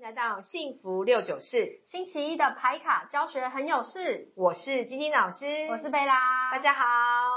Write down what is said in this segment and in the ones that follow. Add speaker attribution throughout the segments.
Speaker 1: 来到幸福六九四，星期一的牌卡教学很有事，我是晶晶老师，
Speaker 2: 我是贝拉，
Speaker 1: 大家好，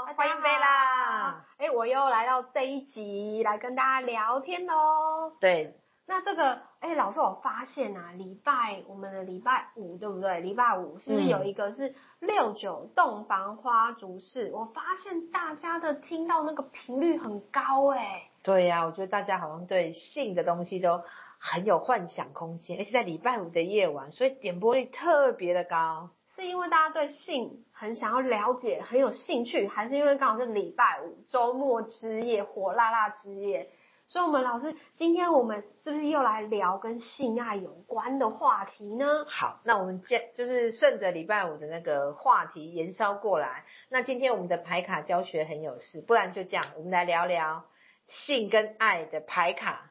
Speaker 2: 大家好
Speaker 1: 欢迎贝拉。哎，我又来到这一集来跟大家聊天喽。
Speaker 2: 对，
Speaker 1: 那这个，哎，老师，我发现啊，礼拜我们的礼拜五对不对？礼拜五是不是
Speaker 2: 嗯
Speaker 1: 有一个是六九洞房花烛式？我发现大家的听到那个频率很高哎、
Speaker 2: 对呀、我觉得大家好像对性的东西都很有幻想空间，而且在礼拜五的夜晚，所以点播率特别的高。
Speaker 1: 是因为大家对性很想要了解，很有兴趣，还是因为刚好是礼拜五周末之夜，火辣辣之夜？所以，我们老师，今天我们是不是又来聊跟性爱有关的话题呢？
Speaker 2: 好，那我们接就是顺着礼拜五的那个话题延烧过来。那今天我们的牌卡教学很有事，不然就这样，我们来聊聊性跟爱的牌卡，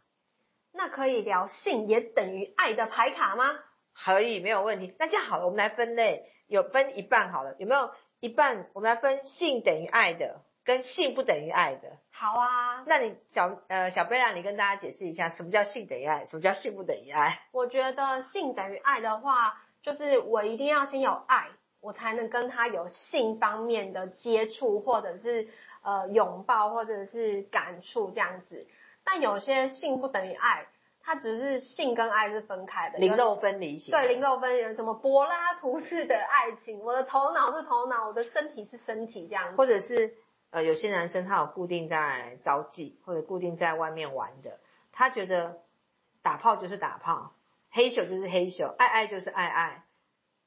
Speaker 1: 那可以聊性也等于爱的牌卡吗？
Speaker 2: 可以没有问题。那这样好了，我们来分类，有分一半好了，有没有一半？我们来分性等于爱的，跟性不等于爱的。
Speaker 1: 好啊，
Speaker 2: 那你小呃小贝拉，你跟大家解释一下什么叫性等于爱，什么叫性不等于爱？
Speaker 1: 我觉得性等于爱的话，就是我一定要先有爱，我才能跟他有性方面的接触，或者是呃拥抱，或者是感触这样子。但有些性不等于爱，它只是性跟爱是分开的。
Speaker 2: 零
Speaker 1: 有
Speaker 2: 肉分离型。
Speaker 1: 对零肉分离，什么柏拉图式的爱情，我的头脑是头脑，我的身体是身体这样子。
Speaker 2: 或者是呃有些男生他有固定在招妓或者固定在外面玩的，他觉得打炮就是打炮，黑咻就是黑咻，爱爱就是爱爱，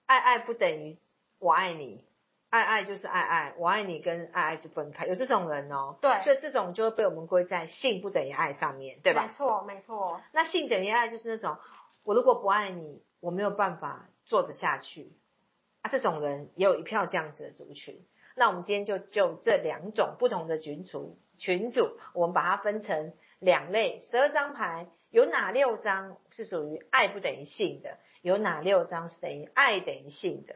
Speaker 2: 爱爱不等于我爱你。爱爱就是爱爱，我爱你跟爱爱是分开，有这种人哦。
Speaker 1: 对
Speaker 2: 所以这种就会被我们归在性不等于爱上面，对吧？
Speaker 1: 没错，没错，
Speaker 2: 那性等于爱就是那种，我如果不爱你，我没有办法做得下去。啊，这种人也有一票这样子的族群。那我们今天就就这两种不同的群组群组，我们把它分成两类，十二张牌有哪六张是属于爱不等于性的？有哪六张是等于爱等于性的？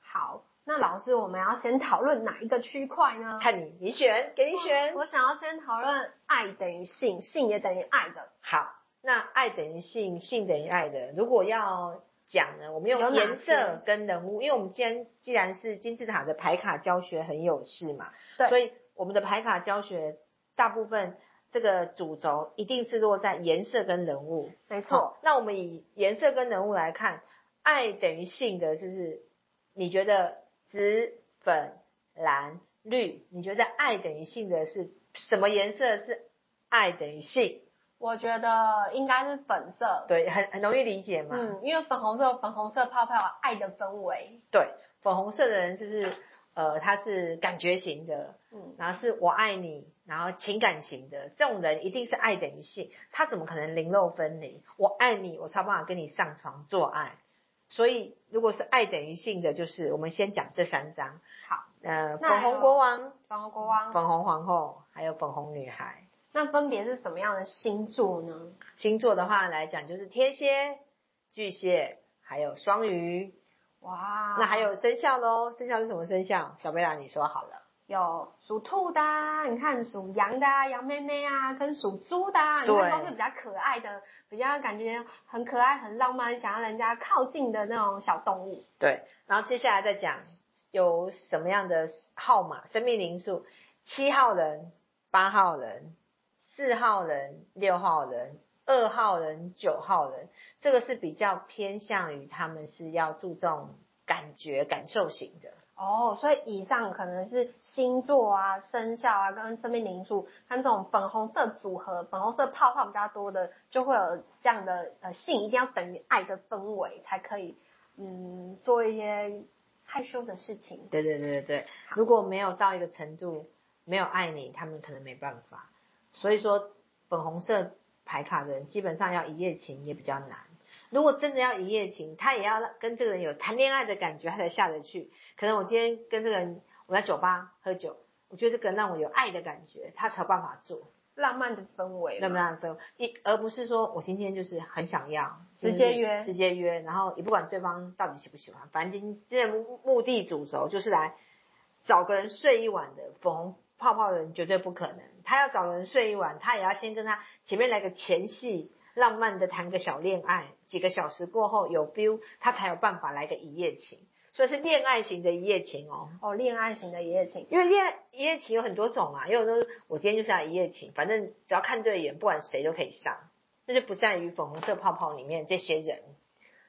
Speaker 1: 好。那老师，我们要先讨论哪一个区块呢？
Speaker 2: 看你，你选，给你选。
Speaker 1: 我想要先讨论爱等于性，性也等于爱的。
Speaker 2: 好，那爱等于性，性等于爱的。如果要讲呢，我们
Speaker 1: 有
Speaker 2: 用
Speaker 1: 哪
Speaker 2: 颜色跟人物，因为我们既然既然是金字塔的牌卡教学很有事嘛，
Speaker 1: 对
Speaker 2: 所以我们的牌卡教学大部分这个主轴一定是落在颜色跟人物。
Speaker 1: 没
Speaker 2: 好，那我们以颜色跟人物来看，爱等于性的，就是你觉得紫、粉、蓝、绿，你觉得爱等于性的是什么颜色是爱等于性？
Speaker 1: 我觉得应该是粉色，
Speaker 2: 对，很很容易理解嘛。
Speaker 1: 嗯，因为粉红色有粉红色泡泡有爱的氛围，
Speaker 2: 对，粉红色的人就是呃，他是感觉型的，
Speaker 1: 嗯，
Speaker 2: 然后是我爱你，然后情感型的这种人一定是爱等于性，他怎么可能零肉分离？我爱你，我才有办法跟你上床做爱。所以如果是爱等于性的，就是我们先讲这三张，
Speaker 1: 好，
Speaker 2: 呃，
Speaker 1: 那还
Speaker 2: 粉
Speaker 1: 有
Speaker 2: 红国王、
Speaker 1: 粉红国王，
Speaker 2: 粉红皇后，还有粉红女孩。
Speaker 1: 那分别是什么样的星座呢？
Speaker 2: 星座的话来讲，就是天蝎、巨蟹，还有双鱼，
Speaker 1: 哇，
Speaker 2: 那还有生肖喽，生肖是什么生肖？小贝拉，你说好了。
Speaker 1: 有属兔的、啊，你看属羊的、啊、羊妹妹啊，跟属猪的、啊，你看
Speaker 2: 对
Speaker 1: 都是比较可爱的，比较感觉很可爱、很浪漫，想要人家靠近的那种小动物。
Speaker 2: 对，然后接下来再讲有什么样的号码，生命灵数，七号人、八号人、四号人、六号人、二号人、九号人，这个是比较偏向于他们是要注重感觉、感受型的。
Speaker 1: 哦，所以以上可能是星座啊、生肖啊跟生命灵数，像这种粉红色组合、粉红色泡泡比较多的，就会有这样的呃性一定要等于爱的氛围，才可以嗯做一些害羞的事情。
Speaker 2: 对对对对对，如果没有到一个程度，没有爱你，他们可能没办法。所以说，粉红色牌卡的人基本上要一夜情也比较难。如果真的要一夜情，他也要跟这个人有谈恋爱的感觉，他才下得去。可能我今天跟这个人，我在酒吧喝酒，我觉得这个人让我有爱的感觉，他才有办法做。
Speaker 1: 浪漫的氛围
Speaker 2: 那
Speaker 1: 嘛，
Speaker 2: 么样分，一而不是说我今天就是很想要
Speaker 1: 直接约
Speaker 2: 直接约，然后也不管对方到底喜不喜欢，反正今今天的目目的主轴就是来找个人睡一晚的粉红泡泡的人绝对不可能，他要找个人睡一晚，他也要先跟他前面来个前戏。浪漫的谈个小恋爱，几个小时过后有 feel，他才有办法来个一夜情，所以是恋爱型的一夜情哦。
Speaker 1: 哦，恋爱型的一夜情，
Speaker 2: 因为恋爱一夜情有很多种嘛，也有那种我今天就是要一夜情，反正只要看对眼，不管谁都可以上，那就不在于粉红色泡泡里面这些人。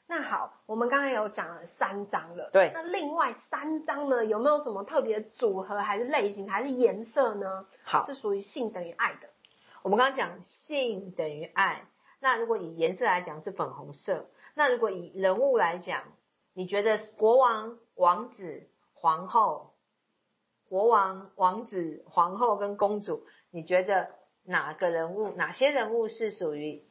Speaker 1: 那好，我们刚才有讲了三张了，
Speaker 2: 对
Speaker 1: 那另外三张呢，有没有什么特别组合，还是类型，还是颜色呢？
Speaker 2: 好，
Speaker 1: 是属于性等于爱的。
Speaker 2: 我们刚刚讲性等于爱，那如果以颜色来讲是粉红色，那如果以人物来讲，你觉得国王、王子、皇后、国王、王子、皇后跟公主，你觉得哪个人物、哪些人物是属于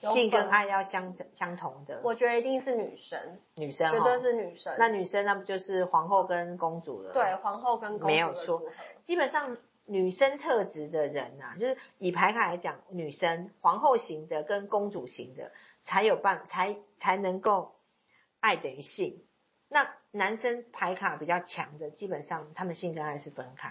Speaker 1: 有
Speaker 2: 性跟
Speaker 1: 粉
Speaker 2: 爱要相相同的？
Speaker 1: 我觉得一定是女神，
Speaker 2: 女生
Speaker 1: 绝
Speaker 2: 哈
Speaker 1: 对是女神。
Speaker 2: 那女生那不就是皇后跟公主了？
Speaker 1: 对，皇后跟公主
Speaker 2: 没有
Speaker 1: 的
Speaker 2: 错
Speaker 1: 组合
Speaker 2: 基本上女生特质的人啊，就是以牌卡来讲，女生皇后型的跟公主型的才有办才才能够爱等于性。那男生牌卡比较强的，基本上他们性跟爱是分开。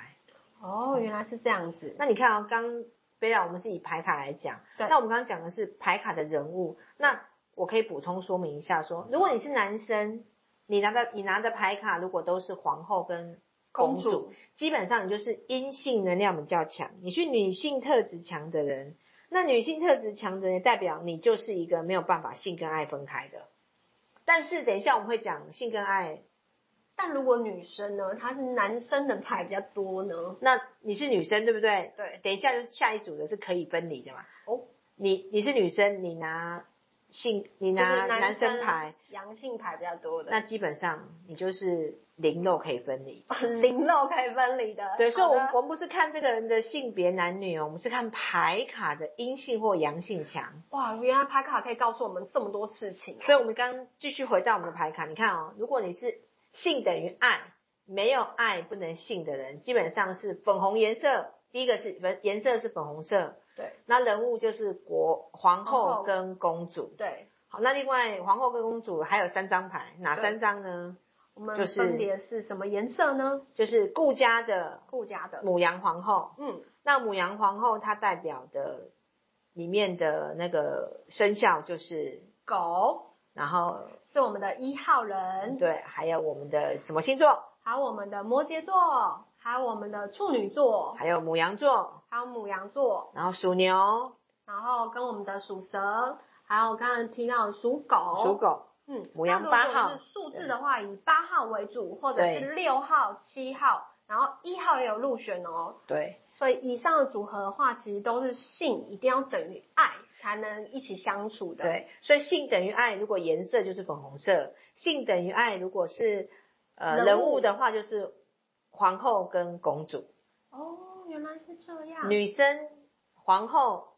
Speaker 1: 哦，原来是这样子。
Speaker 2: 那你看啊、刚贝拉，我们是以牌卡来讲，
Speaker 1: 对
Speaker 2: 那我们刚刚讲的是牌卡的人物，那我可以补充说明一下说，如果你是男生，你拿的你拿的牌卡如果都是皇后跟公主，基本上你就是阴性能量比较强，你是女性特质强的人，那女性特质强的人代表你就是一个没有办法性跟爱分开的。但是等一下我们会讲性跟爱，
Speaker 1: 但如果女生呢，她是男生的牌比较多呢？
Speaker 2: 那你是女生对不对？
Speaker 1: 对，
Speaker 2: 等一下就下一组的是可以分离的嘛。
Speaker 1: 哦，
Speaker 2: 你你是女生，你拿性，你
Speaker 1: 就是
Speaker 2: 拿啊男生
Speaker 1: 生
Speaker 2: 牌，，
Speaker 1: 阳性牌比较多的，
Speaker 2: 那基本上你就是零肉可以分离。
Speaker 1: 零肉可以分离的。
Speaker 2: 对，所以
Speaker 1: 好
Speaker 2: 我
Speaker 1: 的
Speaker 2: 们我们不是看这个人的性别男女哦，我们是看牌卡的阴性或阳性强。
Speaker 1: 哇，原来牌卡可以告诉我们这么多事情、啊
Speaker 2: 所以我们刚继续回到我们的牌卡，你看哦，如果你是性等于爱，没有爱不能性的人，基本上是粉红颜色，第一个是不颜色是粉红色，
Speaker 1: 对
Speaker 2: 那人物就是国皇
Speaker 1: 皇
Speaker 2: 后
Speaker 1: 后
Speaker 2: 跟公主。
Speaker 1: 对，
Speaker 2: 好，那另外皇后跟公主还有三张牌，哪
Speaker 1: 对
Speaker 2: 三张呢？
Speaker 1: 我们
Speaker 2: 就是
Speaker 1: 分别是什么颜色呢？
Speaker 2: 就是顾家的
Speaker 1: 顾家的，
Speaker 2: 母羊皇后。
Speaker 1: 嗯，
Speaker 2: 那母羊皇后她代表的里面的那个生肖就是，
Speaker 1: 狗
Speaker 2: 然后
Speaker 1: 是我们的一号人，
Speaker 2: 对，还有我们的什么星座，
Speaker 1: 还有我们的摩羯座，还有我们的处女座，
Speaker 2: 还有母羊座，
Speaker 1: 还有母羊座，
Speaker 2: 然后属牛、
Speaker 1: 然后跟我们的属蛇，还有刚刚提到的属狗，
Speaker 2: 属狗。
Speaker 1: 嗯，
Speaker 2: 母羊
Speaker 1: 那如
Speaker 2: 八
Speaker 1: 果
Speaker 2: 号
Speaker 1: 是数字的话，以八号为主，或者
Speaker 2: 对
Speaker 1: 是六号、七号，然后一号也有入选哦。
Speaker 2: 对，
Speaker 1: 所以以上的组合的话，其实都是性一定要等于爱才能一起相处的。，
Speaker 2: 对，所以性等于爱，如果颜色就是粉红色；性等于爱，如果是呃
Speaker 1: 人
Speaker 2: 人
Speaker 1: 物
Speaker 2: 物的话，就是皇后跟公主。
Speaker 1: 哦，原来是这样。
Speaker 2: 女生皇后、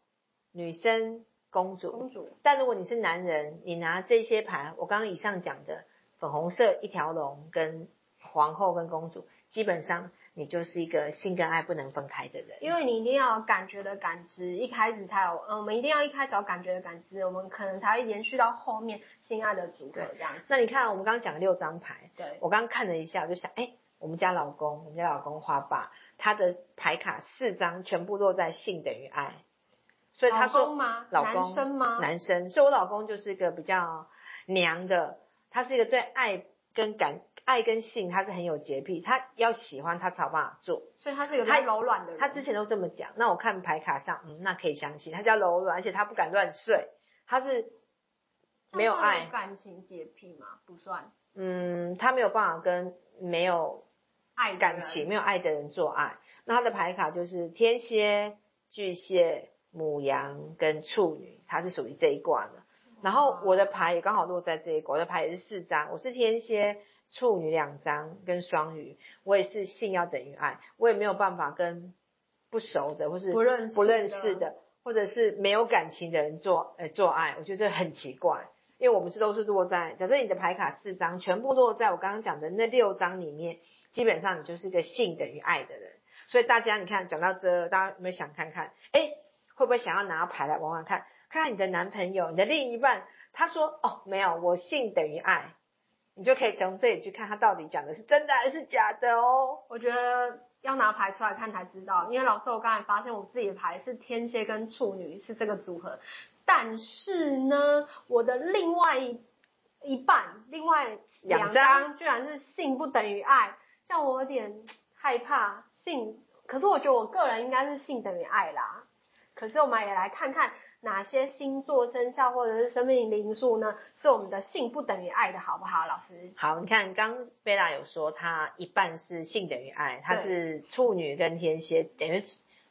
Speaker 2: 女生公主。
Speaker 1: 公主
Speaker 2: 但如果你是男人，你拿这些牌，我刚刚以上讲的粉红色一条龙跟皇后跟公主，基本上你就是一个性跟爱不能分开的人。
Speaker 1: 因为你一定要有感觉的感知，一开始才有，嗯，我们一定要一开始有感觉的感知，我们可能才会延续到后面性爱的组合这样子。
Speaker 2: 那你看，啊我们刚刚讲六张牌，
Speaker 1: 对，
Speaker 2: 我刚刚看了一下，我就想，哎，我们家老公，我们家老公花爸，他的牌卡四张全部落在性等于爱，所以他
Speaker 1: 老
Speaker 2: 说
Speaker 1: 公吗？
Speaker 2: 老公
Speaker 1: 男生吗？
Speaker 2: 男生，所以我老公就是一个比较娘的，他是一个对爱跟感、爱跟性他是很有洁癖，他要喜欢他才有办法做。
Speaker 1: 所以他是有比较
Speaker 2: 他
Speaker 1: 柔软的人。
Speaker 2: 他之前都这么讲，那我看牌卡上，嗯，那可以相信，他叫柔软，而且他不敢乱睡，他是没有
Speaker 1: 这样算
Speaker 2: 爱
Speaker 1: 感情洁癖吗？不算。
Speaker 2: 嗯，他没有办法跟没有
Speaker 1: 爱的
Speaker 2: 感
Speaker 1: 人
Speaker 2: 情、没有爱的人做爱。那他的牌卡就是天蝎、巨蟹、母羊跟处女，他是属于这一卦的。然后我的牌也刚好落在这一卦，我的牌也是四张，我是天蝎、处女两张跟双鱼，我也是性要等于爱，我也没有办法跟不熟的或是
Speaker 1: 不认识
Speaker 2: 不认
Speaker 1: 的
Speaker 2: 识的或者是没有感情的人做呃做爱，我觉得很奇怪。因为我们是都是落在，假设你的牌卡四张全部落在我刚刚讲的那六张里面，基本上你就是一个性等于爱的人。所以大家你看讲到这，大家有没有想看看？哎，会不会想要拿牌来玩玩看？看看你的男朋友、你的另一半，他说哦没有，我性等于爱，你就可以从这里去看他到底讲的是真的还是假的哦。
Speaker 1: 我觉得要拿牌出来看才知道，因为老师，我刚才发现我自己的牌是天蝎跟处女是这个组合，但是呢，我的另外一一半，另外两
Speaker 2: 两张
Speaker 1: 张居然是性不等于爱，这样我有点害怕性。可是我觉得我个人应该是性等于爱啦。可是我们也来看看哪些星座、生肖或者是生命灵数呢，是我们的性不等于爱的好不好，老师？
Speaker 2: 好，你看刚贝拉有说，她一半是性等于爱，她
Speaker 1: 对
Speaker 2: 是处女跟天蝎，等于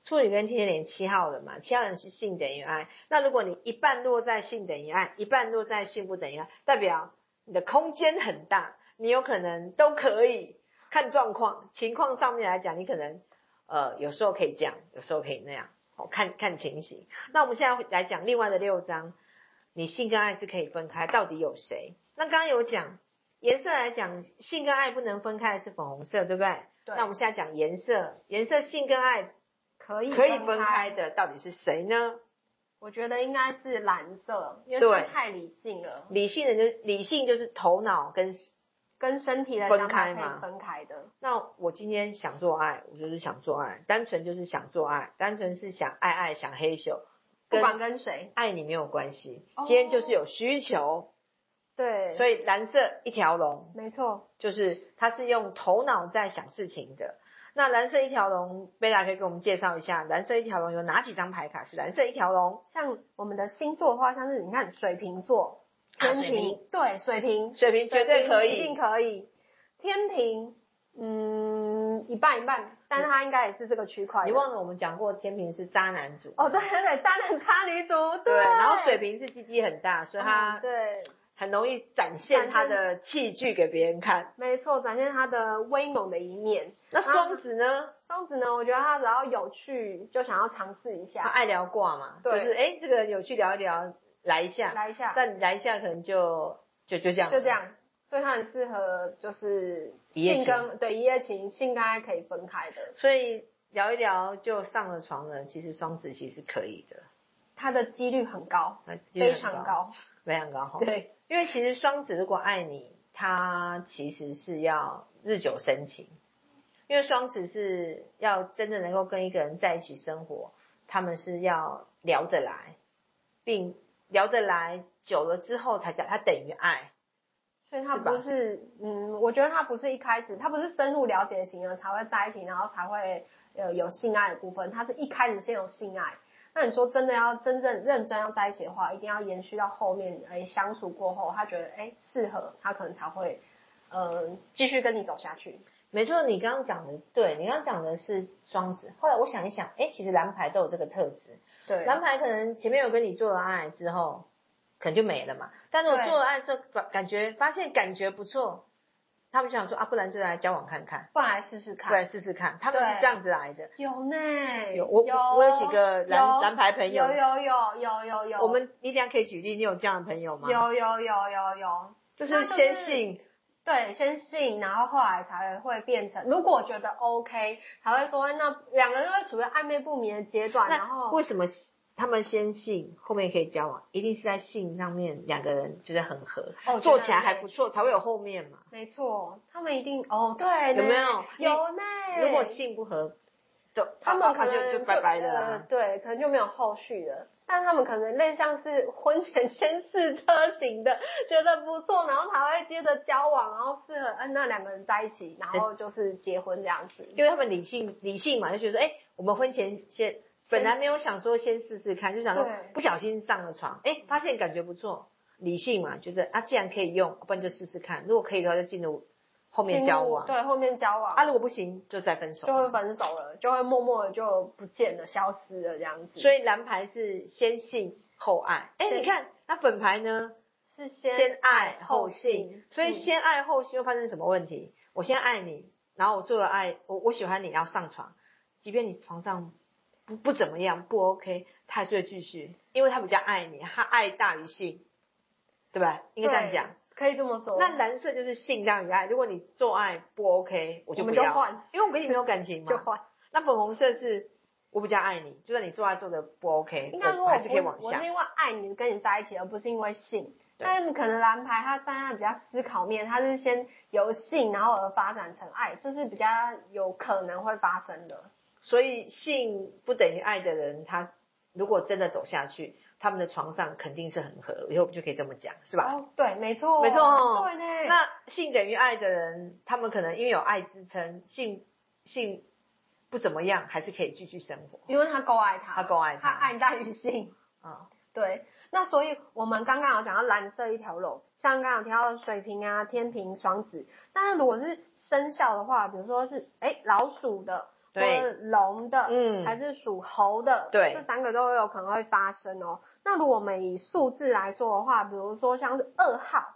Speaker 2: 处女跟天蝎连七号人嘛，七号人是性等于爱。那如果你一半落在性等于爱，一半落在性不等于爱，代表你的空间很大，你有可能都可以看状况，情况上面来讲，你可能呃有时候可以这样，有时候可以那样，哦，看看情形。那我们现在来讲另外的六章，你性跟爱是可以分开，到底有谁？那刚刚有讲颜色来讲，性跟爱不能分开的是粉红色，对不对？
Speaker 1: 对
Speaker 2: 那我们现在讲颜色，颜色性跟爱
Speaker 1: 可以
Speaker 2: 可以分开的到底是谁呢？
Speaker 1: 我觉得应该是蓝色，因为
Speaker 2: 对嗯
Speaker 1: 它太理性了，
Speaker 2: 理性的就是理性就是头脑跟
Speaker 1: 跟身体的
Speaker 2: 分
Speaker 1: 想法
Speaker 2: 开
Speaker 1: 可
Speaker 2: 嘛
Speaker 1: 以分开的。
Speaker 2: 那我今天想做爱，我就是想做爱，单纯就是想做爱，单纯是想爱爱想黑咻，
Speaker 1: 不
Speaker 2: 跟
Speaker 1: 管跟谁，
Speaker 2: 爱你没有关系
Speaker 1: 哦。
Speaker 2: 今天就是有需求，
Speaker 1: 对，
Speaker 2: 所
Speaker 1: 以
Speaker 2: 以蓝色一条龙
Speaker 1: 没错，
Speaker 2: 就是它是用头脑在想事情的。那蓝色一条龙，贝拉可以给我们介绍一下，蓝色一条龙有哪几张牌卡是蓝色一条龙？
Speaker 1: 像我们的星座的话，像是你看水瓶座、
Speaker 2: 啊
Speaker 1: 天
Speaker 2: 水
Speaker 1: 平，对，水瓶
Speaker 2: 水瓶绝对
Speaker 1: 水瓶
Speaker 2: 可
Speaker 1: 一定
Speaker 2: 以，
Speaker 1: 可以。天平，嗯，一半一半，但是它应该也是这个区块的。
Speaker 2: 你忘了我们讲过天平是渣男组
Speaker 1: 哦，对对对，单人差女组，
Speaker 2: 对，然后水瓶是鸡鸡很大，所以
Speaker 1: 啊，
Speaker 2: 他
Speaker 1: 对，
Speaker 2: 很容易展现他的器具给别人看。
Speaker 1: 没错，展现它的威猛的一面。
Speaker 2: 那双子呢？
Speaker 1: 双子呢，我觉得他只要有趣，就想要尝试
Speaker 2: 他
Speaker 1: 一下，
Speaker 2: 爱聊卦嘛，就
Speaker 1: 对
Speaker 2: 是哎，这个有去聊一聊，来一下，
Speaker 1: 来一下，
Speaker 2: 但来一下可能就就就这样，
Speaker 1: 就这。样。所以他很适合就是
Speaker 2: 一夜
Speaker 1: 性跟对一夜情，性跟爱可以分开的。
Speaker 2: 所以聊一聊就上了床了，其实双子其实可以的，
Speaker 1: 它的几率很高，
Speaker 2: 那几率
Speaker 1: 非
Speaker 2: 很
Speaker 1: 常，高。
Speaker 2: 非常高。，
Speaker 1: 对，
Speaker 2: 因为其实双子如果爱你，他其实是要日久生情，因为双子是要真的能够跟一个人在一起生活，他们是要聊得来，并聊得来久了之后才讲，他等于爱。
Speaker 1: 所以他
Speaker 2: 是吧
Speaker 1: 不是嗯，我觉得他不是一开始，他不是深入了解型啊的才会在一起，然后才会呃有性爱的部分。他是一开始先有性爱。那你说真的要真正认真要在一起的话，一定要延续到后面，哎、相处过后，他觉得哎适、合，他可能才会，呃，继续跟你走下去。
Speaker 2: 没错，你刚刚讲的对，你刚刚讲的是双子。后来我想一想，哎，其实蓝牌都有这个特质，
Speaker 1: 对，啊
Speaker 2: 蓝牌可能前面有跟你做了爱之后，可能就没了嘛。但如果
Speaker 1: 对
Speaker 2: 做了爱之后，感感觉发现感觉不错，他们就想说啊，不然就来交往看看，
Speaker 1: 不然来试试
Speaker 2: 不然
Speaker 1: 看。
Speaker 2: 试试看。他们是
Speaker 1: 对
Speaker 2: 这样子来的。
Speaker 1: 有呢，
Speaker 2: 有我
Speaker 1: 有
Speaker 2: 我有几个蓝
Speaker 1: 有
Speaker 2: 蓝牌朋友
Speaker 1: 有，有有有有有，
Speaker 2: 我们你等一下可以举例，你有这样的朋友吗？，
Speaker 1: 有有有有有，
Speaker 2: 就是先信，
Speaker 1: 对，先信，然后后来才会变成，如果觉得 OK，才会说那两个人会处于暧昧不明的阶段，啊然
Speaker 2: 那
Speaker 1: 后
Speaker 2: 为什么他们先信，后面可以交往？一定是在信上面两个人觉得很合，
Speaker 1: 哦
Speaker 2: 做起来还不
Speaker 1: 错，
Speaker 2: 错，才会有后面嘛。
Speaker 1: 没错，他们一定哦，对，
Speaker 2: 有没有
Speaker 1: 有呢？
Speaker 2: 如果性不合，就
Speaker 1: 他们可
Speaker 2: 啊
Speaker 1: 能
Speaker 2: 就就拜拜了
Speaker 1: 呃
Speaker 2: 啊。
Speaker 1: 对，可能就没有后续了。但他们可能类像是婚前先试车型的，觉得不错，然后才会接着交往，然后适合嗯那两个人在一起，然后就是结婚这样子。
Speaker 2: 因为他们理性理性嘛，就觉得哎、我们婚前先本来没有想说先试试看，就想说
Speaker 1: 对
Speaker 2: 不小心上了床，哎、发现感觉不错，理性嘛，觉得啊，既然可以用，不然就试试看，如果可以的话就进入后面交往，
Speaker 1: 对，后面交往
Speaker 2: 啊，如果不行就再分手
Speaker 1: 就。会分手了，就会默默的就不见了，消失了这样子。
Speaker 2: 所
Speaker 1: 以
Speaker 2: 以蓝牌是先性后爱，哎、
Speaker 1: 对
Speaker 2: 你看那粉牌呢，
Speaker 1: 是先
Speaker 2: 先爱后
Speaker 1: 后
Speaker 2: 性
Speaker 1: 性，
Speaker 2: 所以
Speaker 1: 嗯
Speaker 2: 先爱后性会发生什么问题？我先爱你，然后我做了爱，我我喜欢你，要上床，即便你床上不不怎么样，不 OK，他还是会继续，因为他比较爱你，他爱大于性，对吧？应该这样讲。
Speaker 1: 可以这么说。
Speaker 2: 那蓝色就是性大于爱，如果你做爱不 OK，我
Speaker 1: 我
Speaker 2: 就不
Speaker 1: 们就
Speaker 2: 要，
Speaker 1: 换，
Speaker 2: 因为我跟你没有感情
Speaker 1: 就
Speaker 2: 嘛。
Speaker 1: 换。
Speaker 2: 那粉红色是我比较爱你，就算你做爱做的不 OK，
Speaker 1: 应该说
Speaker 2: 我
Speaker 1: 我
Speaker 2: 还是
Speaker 1: 不
Speaker 2: 可以往
Speaker 1: 我是
Speaker 2: 下。
Speaker 1: 因为爱你跟你在一起，而不是因为性。
Speaker 2: 对
Speaker 1: 但是可能蓝牌它站在比较思考面，它是先由性，然后而发展成爱，这是比较有可能会发生的。
Speaker 2: 所以性不等于爱的人，他如果真的走下去，他们的床上肯定是很合，以后我们就可以这么讲，是吧？
Speaker 1: 哦，对，没错，
Speaker 2: 没错
Speaker 1: 对呢。
Speaker 2: 那性等于爱的人，他们可能因为有爱支撑，性性不怎么样，还是可以继续生活
Speaker 1: 因为他够爱他，
Speaker 2: 他够爱他
Speaker 1: 他爱大于性。
Speaker 2: 啊、
Speaker 1: 对，那所以我们刚刚有讲到蓝色一条龙，像刚刚有提到水瓶啊、天平、双子。那如果是生肖的话，比如说是哎老鼠的，或
Speaker 2: 对
Speaker 1: 者龙的，
Speaker 2: 嗯
Speaker 1: 还是属猴的，
Speaker 2: 对
Speaker 1: 这三个都有可能会发生哦。那如果我们以数字来说的话，比如说像是二号、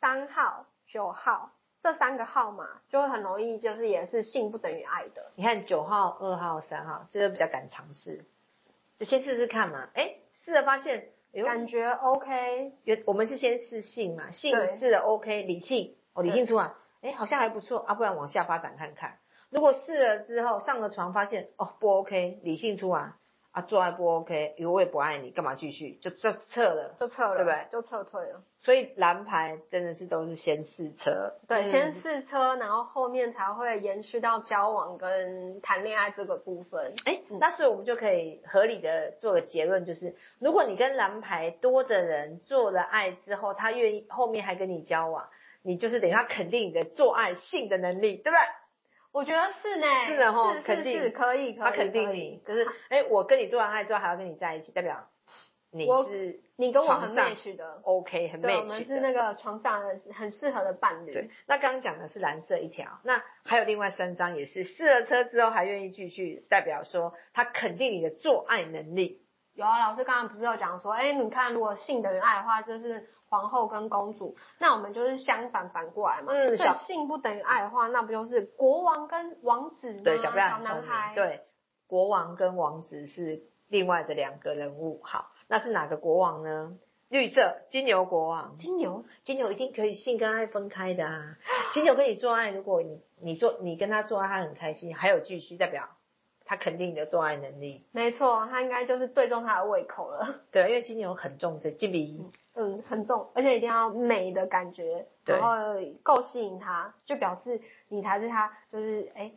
Speaker 1: 三号、九号这三个号码，就会很容易就是也是性不等于爱的。
Speaker 2: 你看九号、二号、三号，这个比较敢尝试，就先试试看嘛。哎，试了发现，哎呦
Speaker 1: 感觉 OK，
Speaker 2: 有我们是先试性嘛，性
Speaker 1: 对
Speaker 2: 试了 OK，理性哦，理性出来，哎，好像还不错啊，不然往下发展看看。如果试了之后上了床发现哦不 OK，理性出来啊，做爱不 OK，因为我也不爱你，干嘛继续就就撤了。
Speaker 1: 就撤了，
Speaker 2: 对不对？
Speaker 1: 就撤退了。
Speaker 2: 所以蓝牌真的是都是先试车，
Speaker 1: 对，
Speaker 2: 嗯
Speaker 1: 先试车，然后后面才会延续到交往跟谈恋爱这个部分。
Speaker 2: 哎，那所以我们就可以合理的做个结论，就是如果你跟蓝牌多的人做了爱之后，他愿意后面还跟你交往，你就是等于他肯定你的做爱性的能力，对不对？
Speaker 1: 我觉得是呢，
Speaker 2: 是的吼
Speaker 1: 是
Speaker 2: 肯定
Speaker 1: 是是可以，可以，
Speaker 2: 他肯定
Speaker 1: 可以
Speaker 2: 你，可是哎，我跟你做完爱之后还要跟你在一起，代表你
Speaker 1: 我
Speaker 2: 是
Speaker 1: 你跟我
Speaker 2: 床
Speaker 1: 很
Speaker 2: 上
Speaker 1: match 的，
Speaker 2: OK 很
Speaker 1: 对，我们
Speaker 2: match
Speaker 1: 是
Speaker 2: 的。
Speaker 1: 那个床上很很适合的伴侣
Speaker 2: 对。，那刚刚讲的是蓝色一条，那还有另外三张也是试了车之后还愿意继续，代表说他肯定你的做爱能力。
Speaker 1: 有啊，老师刚刚不是有讲说，哎，你看如果性等于爱的话，就是皇后跟公主，那我们就是相反反过来嘛。
Speaker 2: 嗯
Speaker 1: 所以
Speaker 2: 小
Speaker 1: 性不等于爱的话，那不就是国王跟王子吗？
Speaker 2: 对，小朋友很聪
Speaker 1: 嗯男
Speaker 2: 明
Speaker 1: 孩，。
Speaker 2: 对，国王跟王子是另外的两个人物。好，那是哪个国王呢？绿色金牛国王，
Speaker 1: 金牛
Speaker 2: 金牛一定可以性跟爱分开的啊。金牛跟你做爱，如果你你做你跟他做爱，他很开心，还有继续，代表他肯定你的做爱能力。
Speaker 1: 没错，他应该就是对中他的胃口了。
Speaker 2: 对，因为金牛很重这金鼻，
Speaker 1: 嗯，很重，而且一定要美的感觉，
Speaker 2: 对
Speaker 1: 然后够吸引他，就表示你才是他，就是哎、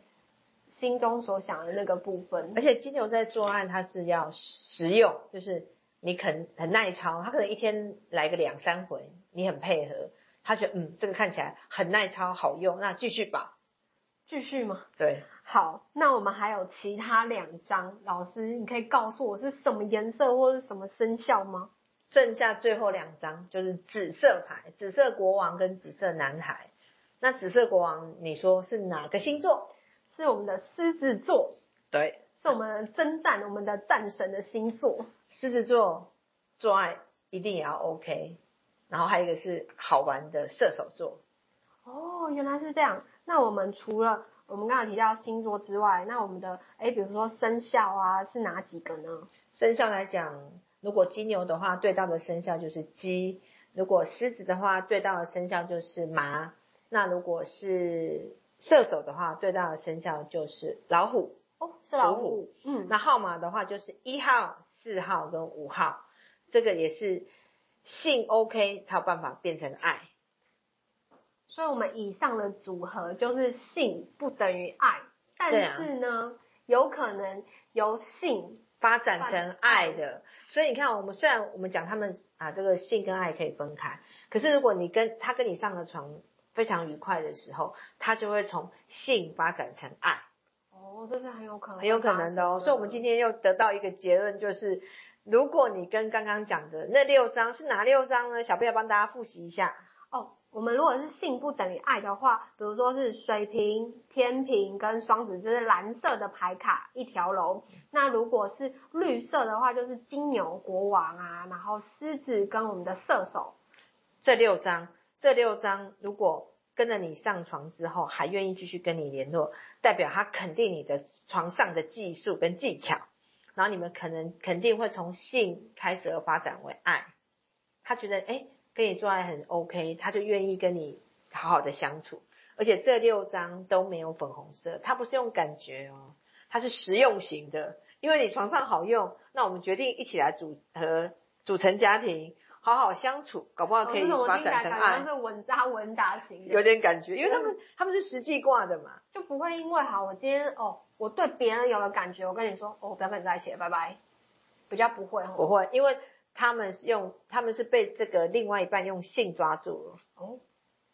Speaker 1: 心中所想的那个部分。
Speaker 2: 而且金牛在做爱，它是要实用，就是你肯很耐操，他可能一天来个两三回，你很配合，他觉得嗯这个看起来很耐操好用，那继续吧。
Speaker 1: 继续吗？
Speaker 2: 对，
Speaker 1: 好，那我们还有其他两张，老师，你可以告诉我是什么颜色或是什么生肖吗？
Speaker 2: 剩下最后两张就是紫色牌，紫色国王跟紫色男孩。那紫色国王，你说是哪个星座？
Speaker 1: 是我们的狮子座，
Speaker 2: 对，
Speaker 1: 是我们的征战，我们的战神的星座。
Speaker 2: 狮子座做爱一定也要 OK，然后还有一个是好玩的射手座，
Speaker 1: 哦，原来是这样。那我们除了我们刚刚有提到星座之外，那我们的哎，比如说生肖啊，是哪几个呢？
Speaker 2: 生肖来讲，如果金牛的话，对到的生肖就是鸡；如果狮子的话，对到的生肖就是马；那如果是射手的话，对到的生肖就是老虎。
Speaker 1: 哦，是老
Speaker 2: 老
Speaker 1: 虎
Speaker 2: 虎，
Speaker 1: 嗯，
Speaker 2: 那号码的话就是一号、四号跟五号，这个也是性 OK 才有办法变成爱。
Speaker 1: 所以我们以上的组合就是性不等于爱，
Speaker 2: 对
Speaker 1: 但
Speaker 2: 啊
Speaker 1: 是呢，有可能由性
Speaker 2: 发展成爱的。所以你看，我们虽然我们讲他们啊，这个性跟爱可以分开，可是如果你跟他跟你上了床非常愉快的时候，他就会从性发展成爱，
Speaker 1: 哦，这是很有可能，
Speaker 2: 很有可能的哦。所以，我们今天又得到一个结论，就是如果你跟刚刚讲的那六章是哪六章呢？小朋友帮大家复习一下。
Speaker 1: 哦，我们如果是性不等于爱的话，比如说是水瓶、天平跟双子，这是蓝色的牌卡一条龙。那如果是绿色的话，就是金牛国王啊，然后狮子跟我们的射手。
Speaker 2: 这六张，这六张如果跟着你上床之后还愿意继续跟你联络，代表他肯定你的床上的技术跟技巧，然后你们可能肯定会从性开始而发展为爱。他觉得哎，诶跟你做爱很 OK，他就愿意跟你好好的相处。而且这六张都没有粉红色，他不是用感觉哦，它是实用型的，因为你床上好用，那我们决定一起来组合组成家庭，好好相处，搞不好可以
Speaker 1: 哦那种我
Speaker 2: 发
Speaker 1: 听起来
Speaker 2: 展成
Speaker 1: 感
Speaker 2: 爱
Speaker 1: 觉，是稳扎稳打型的，
Speaker 2: 有点感觉，因为他们他们是实际挂的嘛，
Speaker 1: 就不会因为好，我今天哦，我对别人有了感觉，我跟你说，哦，我不要跟你在一起了，拜拜，比较不会
Speaker 2: 我
Speaker 1: 哦。
Speaker 2: 会，因为他们是用他们是被这个另外一半用性抓住了，
Speaker 1: 哦，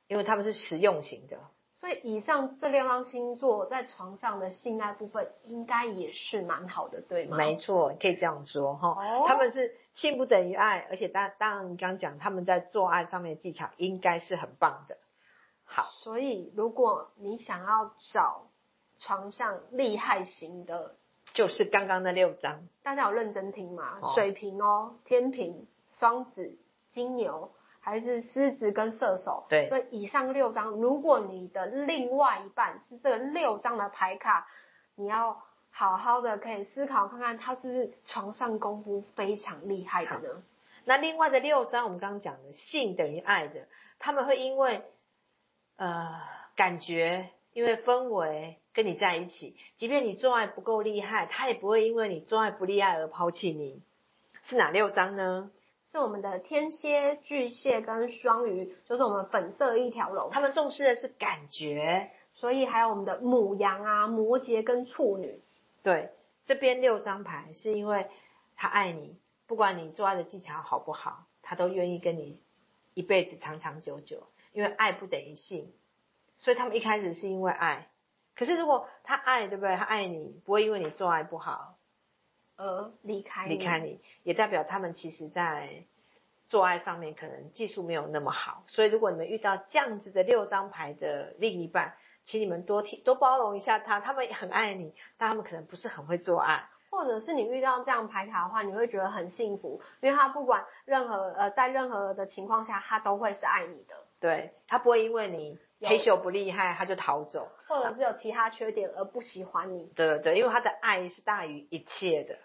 Speaker 2: 因为他们是实用型的，
Speaker 1: 所以以上这六张星座在床上的性爱部分，应该也是蛮好的，对吗？
Speaker 2: 没错，可以这样说哈、
Speaker 1: 嗯哦
Speaker 2: 他们是性不等于爱，而且当当然你刚讲他们在做爱上面的技巧应该是很棒的。好，
Speaker 1: 所以如果你想要找床上厉害型的，
Speaker 2: 就是刚刚那六张，
Speaker 1: 大家有认真听吗？
Speaker 2: 哦
Speaker 1: 水瓶哦，天平、双子、金牛，还是狮子跟射手？
Speaker 2: 对
Speaker 1: 所以以上六张，如果你的另外一半是这六张的牌卡，你要好好的可以思考看看，他是不是床上功夫非常厉害的呢？
Speaker 2: 那另外的六张我们刚刚讲的性等于爱的，他们会因为呃感觉，因为氛围跟你在一起，即便你做爱不够厉害，他也不会因为你做爱不厉害而抛弃你。是哪六张呢？
Speaker 1: 是我们的天蝎、巨蟹跟双鱼，就是我们粉色一条龙，
Speaker 2: 他们重视的是感觉，
Speaker 1: 所以还有我们的母羊啊、摩羯跟处女。
Speaker 2: 对，这边六张牌是因为他爱你，不管你做爱的技巧好不好，他都愿意跟你一辈子长长久久，因为爱不等于性，所以他们一开始是因为爱。可是如果他爱，对不对？他爱你，不会因为你做爱不好
Speaker 1: 而离开
Speaker 2: 离开你，也代表他们其实在做爱上面可能技术没有那么好。所以如果你们遇到这样子的六张牌的另一半，请你们多听多包容一下他，他们很爱你，但他们可能不是很会做爱。
Speaker 1: 或者是你遇到这样牌卡的话，你会觉得很幸福，因为他不管任何呃，在任何的情况下，他都会是爱你的，
Speaker 2: 对他不会因为你
Speaker 1: 有
Speaker 2: 黑手不厉害他就逃走，
Speaker 1: 或者是有其他缺点而不喜欢你。
Speaker 2: 对对对，因为他的爱是大于一切的。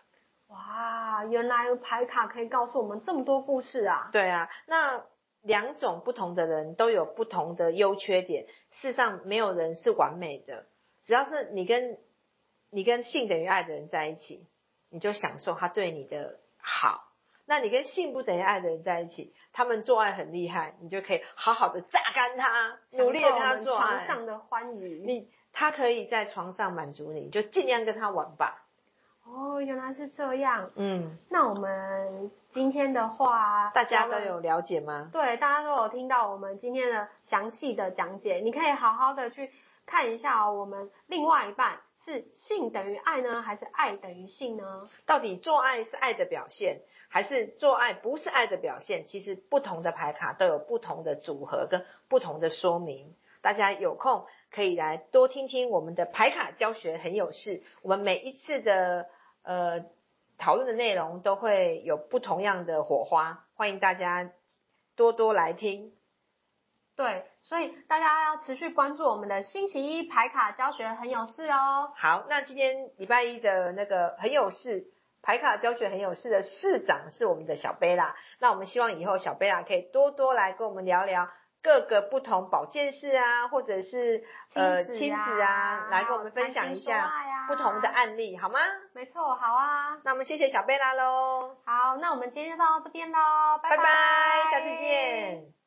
Speaker 1: 哇，原来牌卡可以告诉我们这么多故事啊！
Speaker 2: 对啊，那两种不同的人都有不同的优缺点，世上没有人是完美的，只要是你跟你跟性等于爱的人在一起，你就享受他对你的好。那你跟性不等于爱的人在一起，他们做爱很厉害，你就可以好好的榨干他，努力的
Speaker 1: 享
Speaker 2: 跟
Speaker 1: 受我
Speaker 2: 他做
Speaker 1: 们床
Speaker 2: 爱。
Speaker 1: 上的欢愉。
Speaker 2: 你他可以在床上满足你，你就尽量跟他玩吧。
Speaker 1: 哦，原来是这样。
Speaker 2: 嗯，
Speaker 1: 那我们今天的话，
Speaker 2: 大家都
Speaker 1: 聊了
Speaker 2: 有了解吗？
Speaker 1: 对，大家都有听到我们今天的详细的讲解，你可以好好的去看一下哦我们另外一半是性等于爱呢，还是爱等于性呢？
Speaker 2: 到底做爱是爱的表现，还是做爱不是爱的表现？其实不同的牌卡都有不同的组合跟不同的说明。大家有空可以来多听听我们的牌卡教学，很有事。我们每一次的呃讨论的内容都会有不同样的火花，欢迎大家多多来听。
Speaker 1: 对，所以大家要持续关注我们的星期一牌卡教学很有事哦。
Speaker 2: 好，那今天礼拜一的那个很有事牌卡教学很有事的市长是我们的小贝拉，那我们希望以后小贝拉可以多多来跟我们聊聊。各个不同保健室啊，或者是呃
Speaker 1: 亲
Speaker 2: 亲子啊，来跟我们分享一下不同的
Speaker 1: 爱啊，
Speaker 2: 案例，好吗？
Speaker 1: 没错，好啊。
Speaker 2: 那我们谢谢小贝拉喽，
Speaker 1: 好，那我们今天就到这边喽，
Speaker 2: 拜
Speaker 1: 拜
Speaker 2: 拜，下次见。